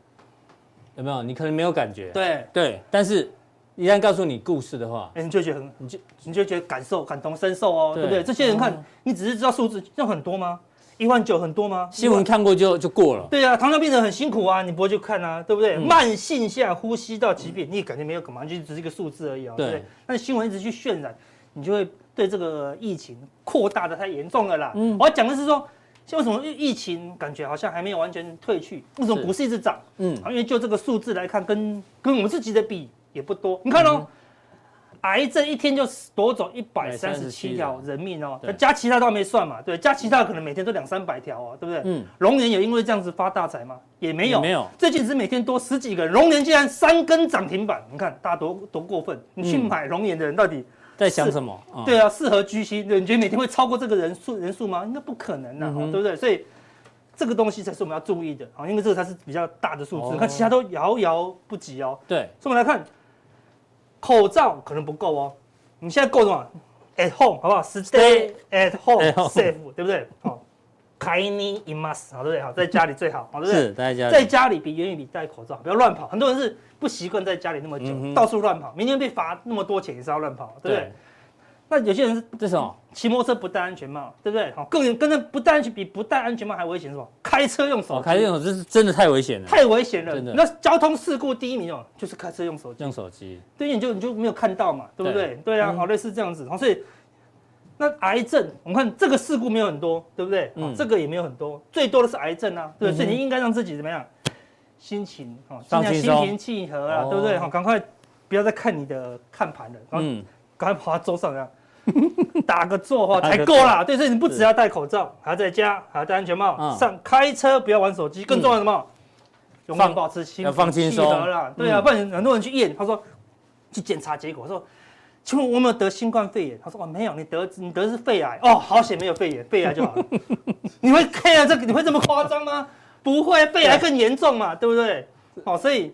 S1: 有没有？你可能没有感觉，
S3: 对，
S1: 对，但是一旦告诉你故事的话，
S3: 哎、你就觉得很，你就你就觉得感受感同身受哦，
S1: 对
S3: 对不对？这些人看、你只是知道数字，这样很多吗？一万九很多吗？
S1: 新闻
S3: 一万
S1: 看过就就过了，嗯
S3: 对啊，糖尿病人很辛苦啊，你不会去看啊，对不对？慢性下呼吸道疾病，你也感觉没有干嘛，就只是一个数字而已啊、对不
S1: 对
S3: 对？但是新闻一直去渲染，你就会对这个疫情扩大的太严重了啦。
S1: 嗯
S3: 我要讲的是说，像为什么疫疫情感觉好像还没有完全退去？为什么
S1: 是
S3: 股市一直涨？
S1: 嗯
S3: 啊，因为就这个数字来看，跟跟我们自己的比也不多。你看
S1: 嗯
S3: 哦，癌症一天就夺走一百三十七条人命哦，
S1: 对
S3: 加其他都还没算嘛，对，加其他可能每天都两三百条哦，对不对？
S1: 嗯
S3: 嗯，龙年有因为这样子发大财吗？也没有，
S1: 也没有
S3: 最近只是每天多十几个人，龙年竟然三根涨停板，你看大家多多过分！你去
S1: 嗯
S3: 买龙年的人到底
S1: 在想什么？嗯
S3: 对啊，适合居心。对，你觉得每天会超过这个人数人数吗？应该不可能
S1: 嗯
S3: 的、哦
S1: 哼
S3: 对不对？所以这个东西才是我们要注意的啊，因为这个才是比较大的数字。
S1: 哦
S3: 你看其他都遥遥不及哦。
S1: 对，
S3: 所以我们来看，口罩可能不够哦。你现在够什么？At home 好不好？Stay at home
S1: at home
S3: safe，对不对？好，开你 in mask，好对不对？好，在家里最好，好对不对？
S1: 是大家
S3: 在家里比远远比戴口罩，不要乱跑。很多人是不习惯在家里那么久，
S1: 嗯哼
S3: 到处乱跑，明天被罚那么多钱也是要乱跑，对不嗯对？
S1: 对，
S3: 那有些人是
S1: 这是什么？
S3: 骑摩托车不戴安全帽，对不对？好，更跟那不戴安全比不戴安全帽还危险是吧？开车用
S1: 哦，
S3: 手机，
S1: 开这种这是真的太危险了，
S3: 太危险了
S1: 真的。
S3: 那交通事故第一名哦，就是开车用手机。
S1: 用手机，
S3: 对，你就你就没有看到嘛，对不对？
S1: 对嗯
S3: 对啊，好类似这样子。好，所以那癌症，我们看这个事故没有很多，对不对？
S1: 嗯
S3: 嗯，这个也没有很多，最多的是癌症啊，对
S1: 嗯哼
S3: 不对，所以你应该让自己怎么样，心情哦，尽
S1: 放
S3: 量
S1: 轻
S3: 心
S1: 松
S3: 平气和啊，
S1: 哦
S3: 对不对？好，赶快不要再看你的看盘了，然后
S1: 嗯，
S3: 赶快跑到桌上
S1: *laughs*
S3: 啊，打个坐哈
S1: 打个
S3: 才
S1: 坐
S3: 够啦。对，所以你不
S1: 是
S3: 只要戴口罩，还要在家，还要戴安全帽，
S1: 嗯
S3: 上开车不要玩手机，更重要的什么？永
S1: 放
S3: 远保持心
S1: 要放轻松
S3: 平气和啦。对啊，
S1: 嗯
S3: 不然很多人去验，他说去检查结果，说。请问我有没有得新冠肺炎？他说哦没有，你得你得的是肺癌哦，好险没有肺炎，肺癌
S1: *laughs*
S3: 就好了。你会 care 这个？你会这么夸张吗？不会，肺癌更严重嘛，对不对？哦，所以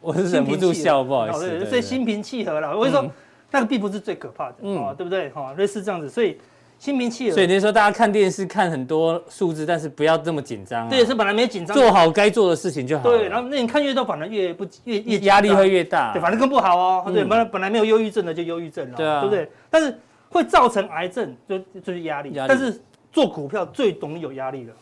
S1: 我是忍不住笑，不好意
S3: 哦对
S1: 思，
S3: 所以心平气和啦。我就说，那个并不是最可怕的，
S1: 嗯
S3: 哦，对不对？哈，类似这样子，所以心平气和
S1: 所以，那时候大家看电视看很多数字，但是不要这么紧张啊，
S3: 对，是本来没紧张，
S1: 做好该做的事情就好了，
S3: 对，然后那你看越多，反而越不越越
S1: 压力
S3: 紧张
S1: 会越大，
S3: 对，反正更不好哦。
S1: 嗯
S3: 对，本来本来没有忧郁症的就忧郁症了，
S1: 对啊
S3: 对不对？但是会造成癌症，就就是压力
S1: 压力。
S3: 但是做股票最容易有压力了，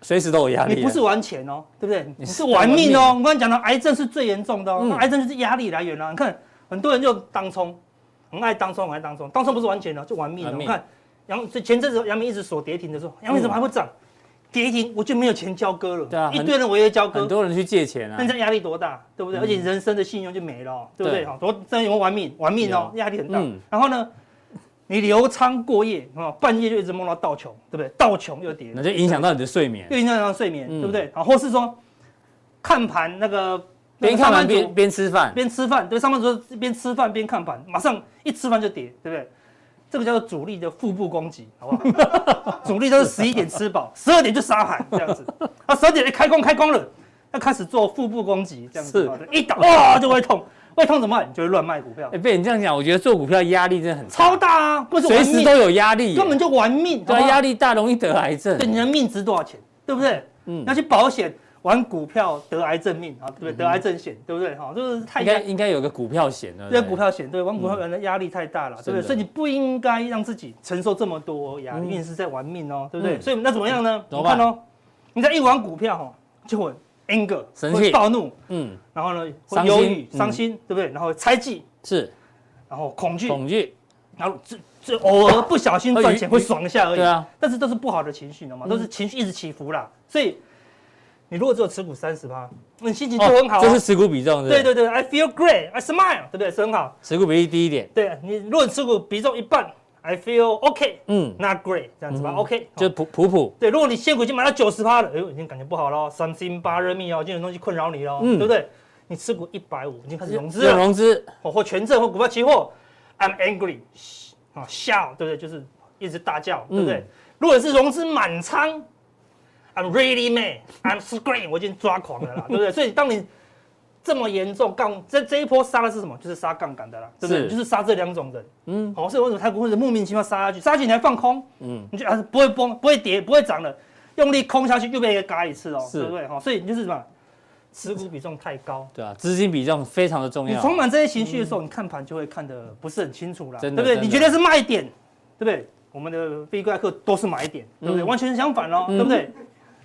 S1: 随时都有压力啊，
S3: 你不是玩钱哦，对不对？你
S1: 是
S3: 是玩命哦。我刚才讲到，癌症是最严重的哦，
S1: 嗯
S3: 那癌症就是压力来源啊啦。你看很多人就当冲，很爱当冲，很爱当冲，当冲不是玩钱哦，就玩命哦。
S1: 玩命嗯
S3: 你看杨这前阵子杨明一直锁跌停的时候，杨明怎么还不涨？跌停我就没有钱交割了，
S1: 对啊
S3: 一
S1: 很
S3: 堆人违约交割，
S1: 很多人去借钱啊嗯
S3: 那，这样压力多大，对不对？而且人生的信用就没了哦，对不对？
S1: 对
S3: 好，多真的有没有玩命，玩命哦，压力很大
S1: 嗯。
S3: 然后呢，你留仓过夜啊，半夜就一直梦到道琼，对不对？道琼又跌
S1: 那，就影响到你的睡眠
S3: 又，影响到睡眠，
S1: 嗯
S3: 对不对？好，或是说看盘那个
S1: *laughs* 边
S3: 那个上
S1: 看完
S3: 班族
S1: 边边吃饭，
S3: 边吃饭，对，上班族边吃饭边看盘，马上一吃饭就跌，对不对？这个叫做主力的腹部攻击，好不好？
S1: *laughs*
S3: 主力都是十一点吃饱，十二点就杀盘这样子，啊，十二点哎开工开工了，要开始做腹部攻击这样
S1: 是
S3: 子，好的一打哇就会痛，会痛怎么办？你就会乱卖股票
S1: 哎，，被你这样讲，我觉得做股票压力真的很大
S3: 超大啊，不是
S1: 随
S3: 玩
S1: 时
S3: 命，
S1: 都有压力耶，
S3: 根本就玩命，
S1: 对
S3: 好不
S1: 啊
S3: 好
S1: 压力大容易得癌症
S3: 对，，你的命值多少钱，对不对？
S1: 嗯嗯
S3: 嗯，要去保险玩股票得癌症命啊，对不对？得癌症险，对不对？哈，就是太
S1: 应该应该有个股票险的，
S3: 这
S1: 对不
S3: 股
S1: 对
S3: 票险对，玩股票原来压力太大了，
S1: 真
S3: 对不
S1: 嗯
S3: 对？
S1: 的
S3: 所以你不应该让自己承受这么多压力，因为你是在玩命哦，对不对？
S1: 嗯
S3: 所以那怎么样呢？
S1: 怎么
S3: 你
S1: 办
S3: 看哦，你在一玩股票哦，就会 anger，
S1: 生气
S3: 会暴怒，
S1: 嗯
S3: 然后呢
S1: 伤
S3: 会
S1: 心
S3: 忧郁、
S1: 嗯
S3: 伤心，对不对？然后会猜忌，
S1: 是
S3: 然后恐惧，
S1: 恐惧，
S3: 然后这这偶尔不小心赚钱会爽一下而已。
S1: 对啊，嗯
S3: 但是都是不好的情绪，你知道吗？都是情绪一直起伏啦。所以你如果只有持股三十趴，那你心情就很好、啊
S1: 哦这是持股比重，
S3: 对对对，I feel great, I smile，对不对？是很好。
S1: 持股比例低一点，
S3: 对你如果持股比重一半，I feel OK,
S1: 嗯，
S3: not great，这样子吧、
S1: 嗯
S3: o k
S1: 就普普普，
S3: 对，如果你现股已经买到九十趴了，哎呦，已经感觉不好了，something bother me 哦，已经有东西困扰你了，
S1: 嗯
S3: 对不对？你持股一百五，已经开始融资啊
S1: 有
S3: 了，
S1: 融资，
S3: 或哦或权证或股票期货，I'm angry，啊笑，对不对？就是一直大叫，对不对？
S1: 嗯
S3: 如果是融资满仓，I'm really mad，I'm scream，我已经抓狂了啦，对不对？所以当你这么严重杠，这这一波杀的是什么？就是杀杠杆的啦，对不对？
S1: 是
S3: 就是杀这两种人。哦
S1: 嗯
S3: 好、所以为什么泰国或者莫名其妙杀下去？杀下去你还放空，
S1: 嗯，
S3: 你就啊不会崩、不会跌、不会涨了，用力空下去又被嘎一次哦，
S1: 是
S3: 对不对？哈、所以你就是什么，持股比重太高。
S1: 对啊，资金比重非常的重
S3: 你
S1: 要，
S3: 充满这些情绪的时候，你看盘就会看得不是很清楚啦，对
S1: 真
S3: 不
S1: 的
S3: 对？
S1: 真的
S3: 你觉得是卖点，对不对？我们的非怪客都是买点，对不对？
S1: 嗯
S3: 完全相反哦，
S1: 嗯
S3: 对不对？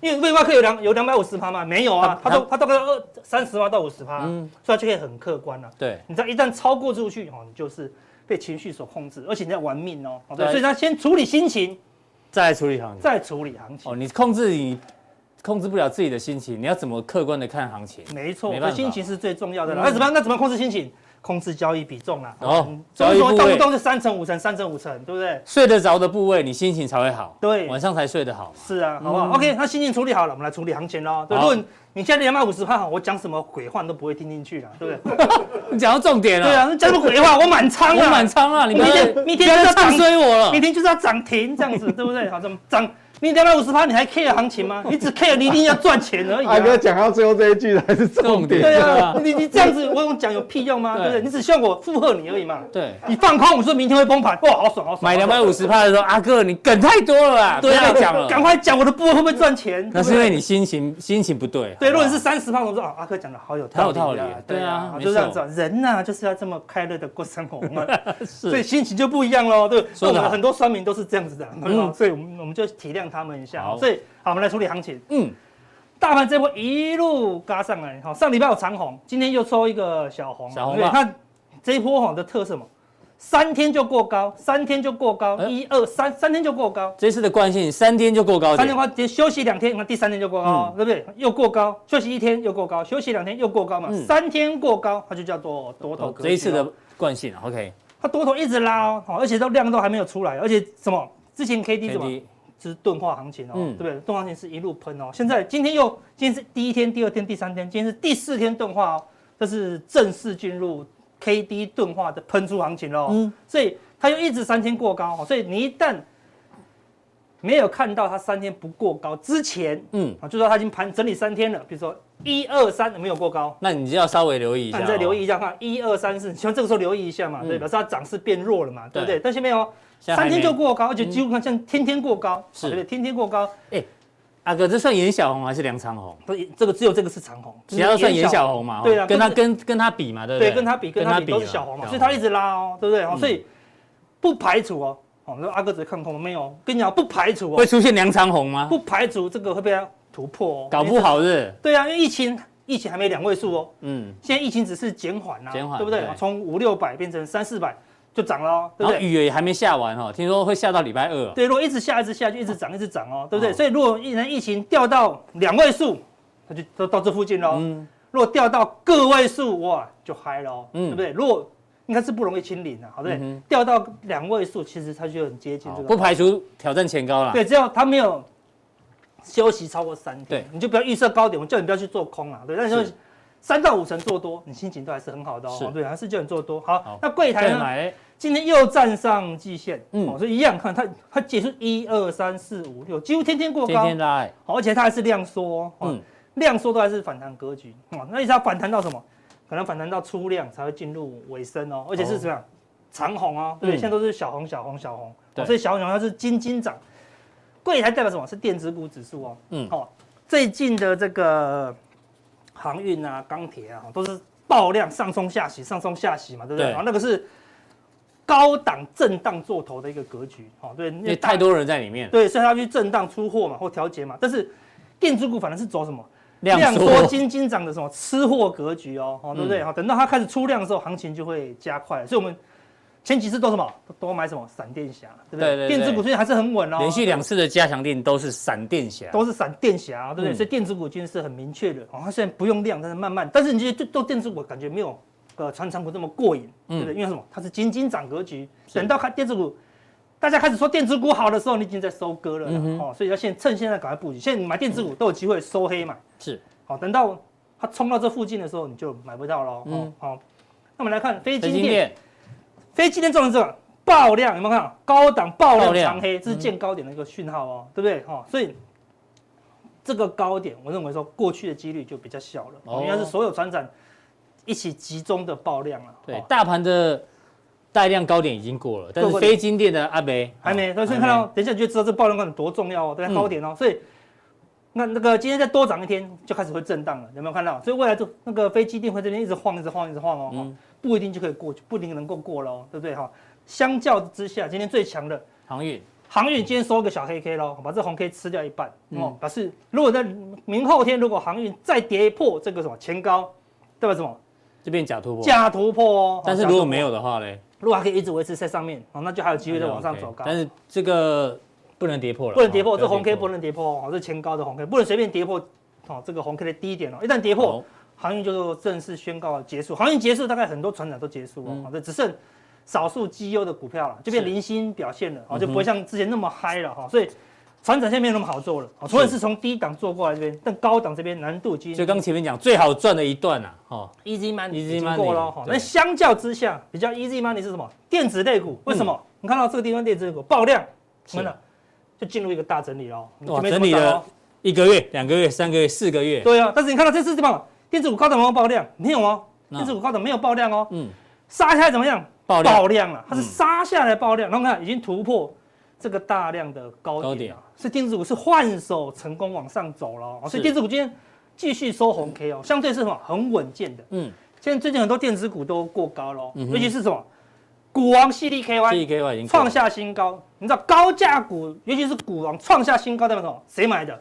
S3: 因为非怪客有两有两百五十趴嘛，没有啊，
S1: 他
S3: 他都他大概二三十趴到五十趴，所
S1: 嗯
S3: 以他就可以很客观了。
S1: 对，
S3: 你知道，一旦超过出去哦，你就是被情绪所控制，而且你在玩命哦。哦对，
S1: 对
S3: 所以他先处理心情，
S1: 再来处理行情。
S3: 再处理行情
S1: 哦，。你控制你控制不了自己的心情，你要怎么客观的看行情？
S3: 没错，
S1: 没
S3: 我
S1: 办
S3: 的
S1: 法
S3: 心情是最重要的啦。
S1: 嗯
S3: 那怎么样？那怎么控制心情？控制交易比重啦。
S1: 哦
S3: 嗯
S1: 交易
S3: 动不
S1: 部
S3: 动
S1: 位
S3: 动不动就三成五成，三成五成，对不对？
S1: 睡得着的部位，你心情才会好，
S3: 对
S1: 晚上才睡得好嘛。
S3: 是啊，好不好、
S1: 嗯
S3: o k 那心情处理好了，我们来处理行情喽。对，
S1: 好
S3: 如果你你现在两百五十趴，我讲什么鬼话你都不会听进去啦，
S1: *laughs*
S3: 对不对？
S1: 你讲到重点了，
S3: 对，啊，讲什么鬼话，我满仓
S1: 啊 *laughs* 我
S3: 啊，
S1: 满仓啊了，你不
S3: 明
S1: 要
S3: 天
S1: 再不
S3: 明天
S1: 要再
S3: 就要
S1: 唱
S3: 涨
S1: 衰我了
S3: 明。天就是要涨停这样子，对不对？好，怎么涨？你两百五十趴，你还 care 行情吗？你只 care 你一定要赚钱而已、
S1: *laughs*
S3: 啊。
S2: 哦阿哥讲到最后这一句才是重
S1: 重点
S2: 点。
S3: 对
S1: 对
S3: 啊
S1: 啊，
S3: 你你这样子我用讲有屁用吗？
S1: 对
S3: 对不对？你只希望我附和你而已嘛。
S1: 对，
S3: 你放空，我说明天会崩盘，哇，好爽，好爽。
S1: 买
S3: 好
S1: 两
S3: 爽
S1: 百五，十趴的时候，阿哥你梗太多了啦，不
S3: 对
S1: 要
S3: 啊，
S1: 再讲了。
S3: 赶快讲我的部位会不会赚钱？
S1: 那是因
S3: 对不对
S1: 为你心情心情不对。
S3: 对，
S1: 好不
S3: 如果
S1: 好
S3: 你是三十磅，我说啊，阿克讲的好有
S1: 好
S3: 道
S1: 有
S3: 理
S1: 道理
S3: 啊
S1: 对啊没
S3: 就这样
S1: 错
S3: 子啊，人呐就是要这么快乐的过生活
S1: *laughs*
S3: 嘛，所以心情就不一样喽，对。所
S1: 说得
S3: 以我
S1: 好
S3: 们很多酸民都是这样子的，哦
S1: 嗯
S3: 所以我们我们就体谅他们一下
S1: 好。
S3: 所以好，我们来处理行情。
S1: 嗯，
S3: 大盘这波一路嘎上来，好，上礼拜有长红，今天又收一个小红，
S1: 小红
S3: 对
S1: 吧
S3: 它这一波红的特色嘛，三天就过高，三天就过高，
S1: 哎
S3: 一二三，三天就过高。
S1: 这次的惯性三天就过高
S3: 三
S1: 点
S3: 天的，话，连休息两天，那第三天就过
S1: 嗯
S3: 高，对不对？又过高，休息一天又过高，休息两天又过高嘛，
S1: 嗯
S3: 三天过高，它就叫多多头
S1: 哦
S3: 格局、
S1: 这一次的，惯性啊 OK。
S3: 它多头一直拉哦，好而且都量都还没有出来，而且什么？之前 K D 怎么
S1: KD
S3: 是钝化行情哦，
S1: 嗯
S3: 对不对？钝化行情是一路喷哦，现在今天又今天是第一天、第二天、第三天，今天是第四天钝化哦，这是正式进入 K D 钝化的喷出行情哦喽。
S1: 嗯
S3: 所以它又一直三天过高哦，所以你一旦没有看到它三天不过高之前，
S1: 嗯，
S3: 啊，就说它已经盘整理三天了，比如说一二三没有过高，
S1: 那你就要稍微留意一
S3: 那
S1: 下，哦
S3: 你再留意，一下看一二三四，像这个时候留意一下嘛，对，
S1: 嗯
S3: 表示它涨势变弱了嘛，对不对？但是没有，
S1: 现在还
S3: 三
S1: 没嗯
S3: 天就过高，而且几乎看像天天过高，啊
S1: 是
S3: 对不对？天天过高，
S1: 阿哥，这算演小红还是梁长红？
S3: 不是这个只有这个是长红，
S1: 其他都算
S3: 就是
S1: 演小红嘛，哦
S3: 对啊
S1: 跟他
S3: 都是
S1: 跟跟他比嘛，对不
S3: 对，
S1: 对？
S3: 跟它比，跟它比都是
S1: 啊
S3: 小红嘛，所以它一直拉哦，对不对？哦
S1: 嗯
S3: 所以不排除哦，哦，那阿哥只看空没有，跟你讲不排除
S1: 会
S3: 哦，
S1: 出现梁长红吗？
S3: 不排除这个会被它突破哦，
S1: 搞不好是，
S3: 对啊，因为疫情疫情还没两位数哦，
S1: 嗯，
S3: 现在疫情只是减缓啦，
S1: 减缓
S3: 对不对
S1: 对？
S3: 从五六百变成三四百就涨了哦，对
S1: 然
S3: 不
S1: 后
S3: 对？
S1: 雨也还没下完哦，听说会下到礼拜二哦。
S3: 对，如果一直下一直下就一直涨一直涨哦，对不对？
S1: 哦
S3: 所以如果一人疫情掉到两位数，那就都到这附近喽。
S1: 嗯，
S3: 如果掉到个位数，哇，就嗨喽，
S1: 嗯
S3: 对不对？如果应该是不容易清零的、啊，好对不对？
S1: 嗯哼
S3: 掉到两位数，其实它就很接近
S1: 好
S3: 这个，
S1: 哦不排除挑战前高啦。
S3: 对，只要它没有休息超过三天
S1: 对，
S3: 你就不要预设高点，我叫你不要去做空啊，对，但是
S1: 是
S3: 三到五成做多，你心情都还是很好的
S1: 是
S3: 哦，对，还是叫你做多。好
S1: 好，
S3: 那柜台
S1: 再
S3: 呢？
S1: 买
S3: 今天又站上季线，
S1: 嗯
S3: 哦，所以一样看它，它结束一二三四五六，几乎天天过
S1: 天
S3: 高，
S1: 天拉欸，
S3: 好，而且它还是量缩哦，哦
S1: 嗯，
S3: 量缩都还是反弹格局，哦，那一直要反弹到什么？可能反弹到出量才会进入尾声哦，而且是怎么样？长红哦，对不对，
S1: 嗯
S3: 现在都是小红、小红、小红，
S1: 对
S3: 哦所以小红、小红它是金金涨。柜台代表什么？是电子股指数哦，
S1: 嗯
S3: 嗯，哦，最近的这个航运啊、钢铁啊，哦都是爆量上冲下洗、上冲下洗嘛，对不对？
S1: 对
S3: 哦，那个是高档震荡做头的一个格局，哦，对，因
S1: 因为太多人在里面，
S3: 对，所以它去震荡出货嘛，或调节嘛。但是电子股反而是走什么
S1: 量
S3: 缩
S1: 缩嗯
S3: 金金涨哦的什么吃货格局哦，哦对不对？好、等到它开始出量的时候，行情就会加快。所以我们前几次都什么都都买什么闪电侠，对不对？
S1: 对对对
S3: 电子股最近还是很稳哦，
S1: 连续两次的加强电都是闪电侠，
S3: 都是闪电侠、啊对不对？
S1: 嗯
S3: 所以电子股今天是很明确的，哦，它虽然不用量，但是慢慢，但是你就就做电子股感觉没有呃传产股这么过瘾，
S1: 嗯
S3: 对不对？因为什么？它是仅仅涨格局，等到看电子股。大家开始说电子股好的时候，你已经在收割了啦、
S1: 嗯
S3: 哦，所以要现趁现在赶快布局。现在你买电子股都有机会收黑嘛，
S1: 是
S3: 好、等到它冲到这附近的时候，你就买不到了。哦，好、那我们来看非
S1: 台
S3: 金
S1: 积嗯
S3: 电，
S1: 电
S3: 非金电重点是这个爆量，有没有看到高档
S1: 爆
S3: 爆量
S1: 量
S3: 长黑？这是见高点的一个讯号哦，对不对？哦，所以这个高点，我认为说过去的几率就比较小了，
S1: 哦
S3: 哦、应该是所有船长一起集中的爆量了。
S1: 对
S3: 哦
S1: 大盘的带量高点已经过了，但是
S3: 过了
S1: 非金电的阿北
S3: 还没，所以看到，等一下你就知道这爆量高点多重要哦，在高
S1: 嗯
S3: 点哦，所以那那个今天再多涨一天就开始会震荡了，有没有看到？所以未来就那个飞机一定会这边一直晃，一直晃，一直晃哦，
S1: 嗯
S3: 哈不一定就可以过去，不一定能够过了哦，对不对哈？相较之下，今天最强的
S1: 航运
S3: 航运今天收个小黑 K 喽，把这红 K 吃掉一半
S1: 嗯
S3: 哦。表示如果在明后天，如果航运再跌破这个什么前高，对吧？什么
S1: 这边假突破，
S3: 假突破哦？
S1: 但是
S3: 哦
S1: 如果没，
S3: 假
S1: 有的话嘞，
S3: 突破如果还可以一直维持在上面哦，那就还有机会再往上走
S1: OK，。
S3: 高
S1: 但是这个不能跌破了，
S3: 不能跌破，
S1: 哦
S3: 这红 K
S1: 不
S3: 不
S1: 要
S3: 能跌破哦，这前高的红 K 不能随便跌破哦，这个红 K 的低点哦，一旦跌
S1: 跌
S3: 破，
S1: 好
S3: 航运就正式宣告结束。航运结束，大概很多船长都结束哦，好的，只剩少数绩优的股票了，就
S1: 嗯
S3: 变
S1: 是
S3: 零星表现了，
S1: 嗯
S3: 哦，
S1: 哼
S3: 就不会像之前那么嗨了哈。所以船长现在没有那么好做了，哦，除了
S1: 是
S3: 是从低档做过来这边，但高档这边难度已经
S1: 就刚前面讲最好赚的一段啊，哦，
S3: easy money
S1: Easy
S3: 已经
S1: money，
S3: 过了哈。
S1: 对
S3: 那相较之下，比较 easy money 是什么？电子类股为什么？你看到这个地方电子股爆量，
S1: 嗯是
S3: 真的就进入一个大整理哦，
S1: 哇
S3: 就没什么
S1: 整理了
S3: 涨哦
S1: 一个月、两个月、三个月、四个月，
S3: 对啊，但是你看到这次地方，电子股高档有没有爆量？没有哦，
S1: 嗯
S3: 电子股高档没有爆量哦，
S1: 嗯，
S3: 杀下来怎么样？
S1: 爆量嗯
S3: 爆量了，它是杀下来爆量，然后看已经突破这个大量的
S1: 高
S3: 高点
S1: 点
S3: 了，所以电子股是换手成功往上走了哦，所
S1: 是
S3: 以电子股今天继续收红 K 哦，相对是什么很稳健的。
S1: 嗯，
S3: 现在最近很多电子股都过高了哦，
S1: 嗯哼
S3: 尤其是什么股王
S1: 这一
S3: CDKY
S1: 个月已经过了
S3: 创下新高，你知道高价股，尤其是股王创下新高代表什么？谁买的？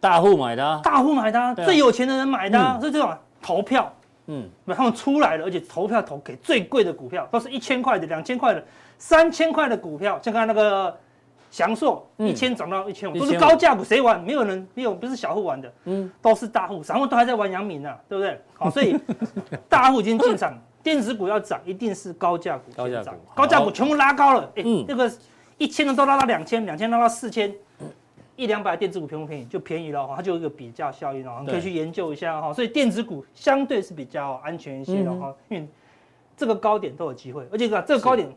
S1: 大户买的啊，
S3: 大户买的啊、
S1: 对啊
S3: 最有钱的人买的啊、所以这种投票，
S1: 嗯，
S3: 那他们出来了，而且投票投给最贵的股票，都是一千块的、两千块的、三千块的股票，像刚才那个翔硕，
S1: 嗯
S3: 一千涨到一千五，
S1: 1500
S3: 都是高价股，谁玩？没有人，没有不是小户玩的，
S1: 嗯
S3: 嗯，都是大户，散户都还在玩阳明啊，对
S1: *laughs*
S3: 不对？好，所以大户已经进场，电子股要涨，一定是高价股
S1: 高价
S3: 先
S1: 股
S3: 涨，
S1: 好
S3: 高价股全部拉高了，哎
S1: 嗯，
S3: 那个一千的都拉到两千，两千拉到四千。一两百电子股便不便宜？就便宜了哈，哦它就有一个比较效应哦，你可以
S1: 对
S3: 去研究一下哈。所以电子股相对是比较安全一些
S1: 嗯
S3: 的哈，因为这个高点都有机会，而且啊这个高点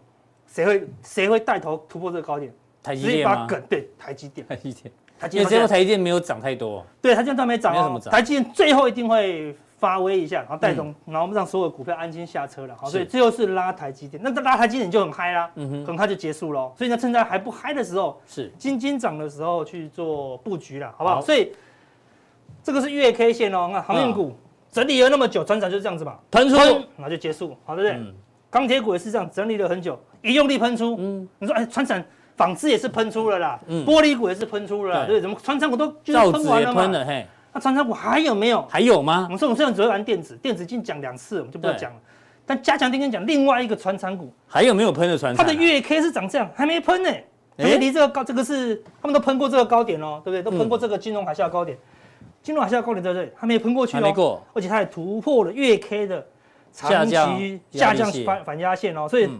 S3: 谁会谁会带头突破这个高点？
S1: 台积
S3: 直接
S1: 电
S3: 把
S1: 吗？
S3: 梗对台积电，
S1: 台积电，
S3: 台积
S1: 因为这
S3: 电现
S1: 波
S3: 在
S1: 台积电没有涨太多，
S3: 对台积电都还没涨
S1: 没有什么
S3: 哦，
S1: 涨嗯
S3: 台积电最后一定会发威一下，然后带动，然后让所有股票安心下车了。哦好，所以
S1: 是嗯
S3: 最后是拉台积电，那这拉台积电你就很嗨啦，很嗨就结束了哦。所以呢，趁在还不嗨的时候，
S1: 是
S3: 金金涨的时候去做布局啦，好不好？
S1: 好
S3: 所以这个是月 K 线哦，那航运股、整理了那么久，船长就这样子嘛，
S1: 嗯喷出，
S3: 喷，然后就结束，好对不对？
S1: 嗯
S3: 钢铁股也是这样，整理了很久，一用力喷出，嗯，你说哎，船长纺织也是喷出了啦，
S1: 嗯
S3: 玻璃股也是喷出了啦，
S1: 对
S3: 对不对，怎么船长股都就
S1: 造
S3: 是
S1: 纸
S3: 喷完
S1: 也
S3: 了
S1: 喷
S3: 嘛？
S1: 了，嘿，
S3: 那船长股还有没有？
S1: 还有
S3: 我
S1: 吗？
S3: 们这种这种只会玩电子，电子已经讲两次了，我们就不要
S1: 对
S3: 讲了。但加强丁跟你讲另外一个船长股，
S1: 还有没有喷的船
S3: 它
S1: 厂啊？
S3: 的月 K 是长这样，还没喷呢、还没离这个高，这个是他们都喷过这个高点哦，
S1: 嗯
S3: 对不对？都喷过这个金融海啸高点，金融海啸高点在这里，还没喷过去
S1: 还没
S3: 哦，
S1: 过，
S3: 而且它也突破了月 K 的
S1: 下
S3: 长
S1: 降
S3: 期
S1: 压
S3: 下
S1: 力
S3: 降
S1: 线
S3: 反反压线哦，所以
S1: 嗯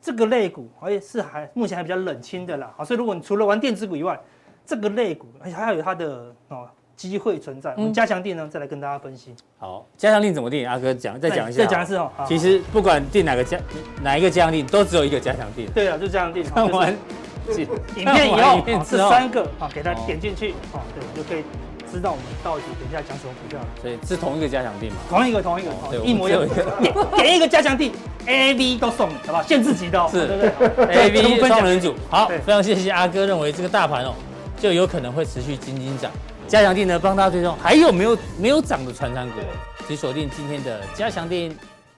S3: 这个类股哎是还目前还比较冷清的啦，好，哦所以如果你除了玩电子股以外，这个类股而且还要有它的哦机会存在，我
S1: 嗯
S3: 们加强定呢再来跟大家分析，
S1: 好，加强令怎么定？阿哥讲，再讲一下，
S3: 再讲一。次哦，好
S1: 其实不管定哪个加哪一个加强令，都只有一个加强令。
S3: 对啊，就加强定，好
S1: *laughs* 看
S3: 就是
S1: 完
S3: 影片以
S1: 看完
S3: 后
S1: 影片
S3: 哦
S1: 之
S3: 这
S1: 后
S3: 三个啊，给它
S1: 哦
S3: 点进去啊，对，我们就可以知道我们到底等一下讲什么股票了。
S1: 所以是同一个加强定嘛？
S3: 同一个，同一个，
S1: 哦
S3: 同
S1: 对
S3: 一个一模一样
S1: 我们只有一。
S3: 点点一个加强地，A V 都送你，好不好？限制级的哦，
S1: 是
S3: 对不对？
S1: A
S3: 全
S1: B
S3: 部分享
S1: 双人组，好，
S3: 对
S1: 非常谢谢阿哥认为这个大盘哦，就有可能会持续金金涨。加强定呢，帮大家追踪还有没有没有涨的传产股，请锁定今天的加强定。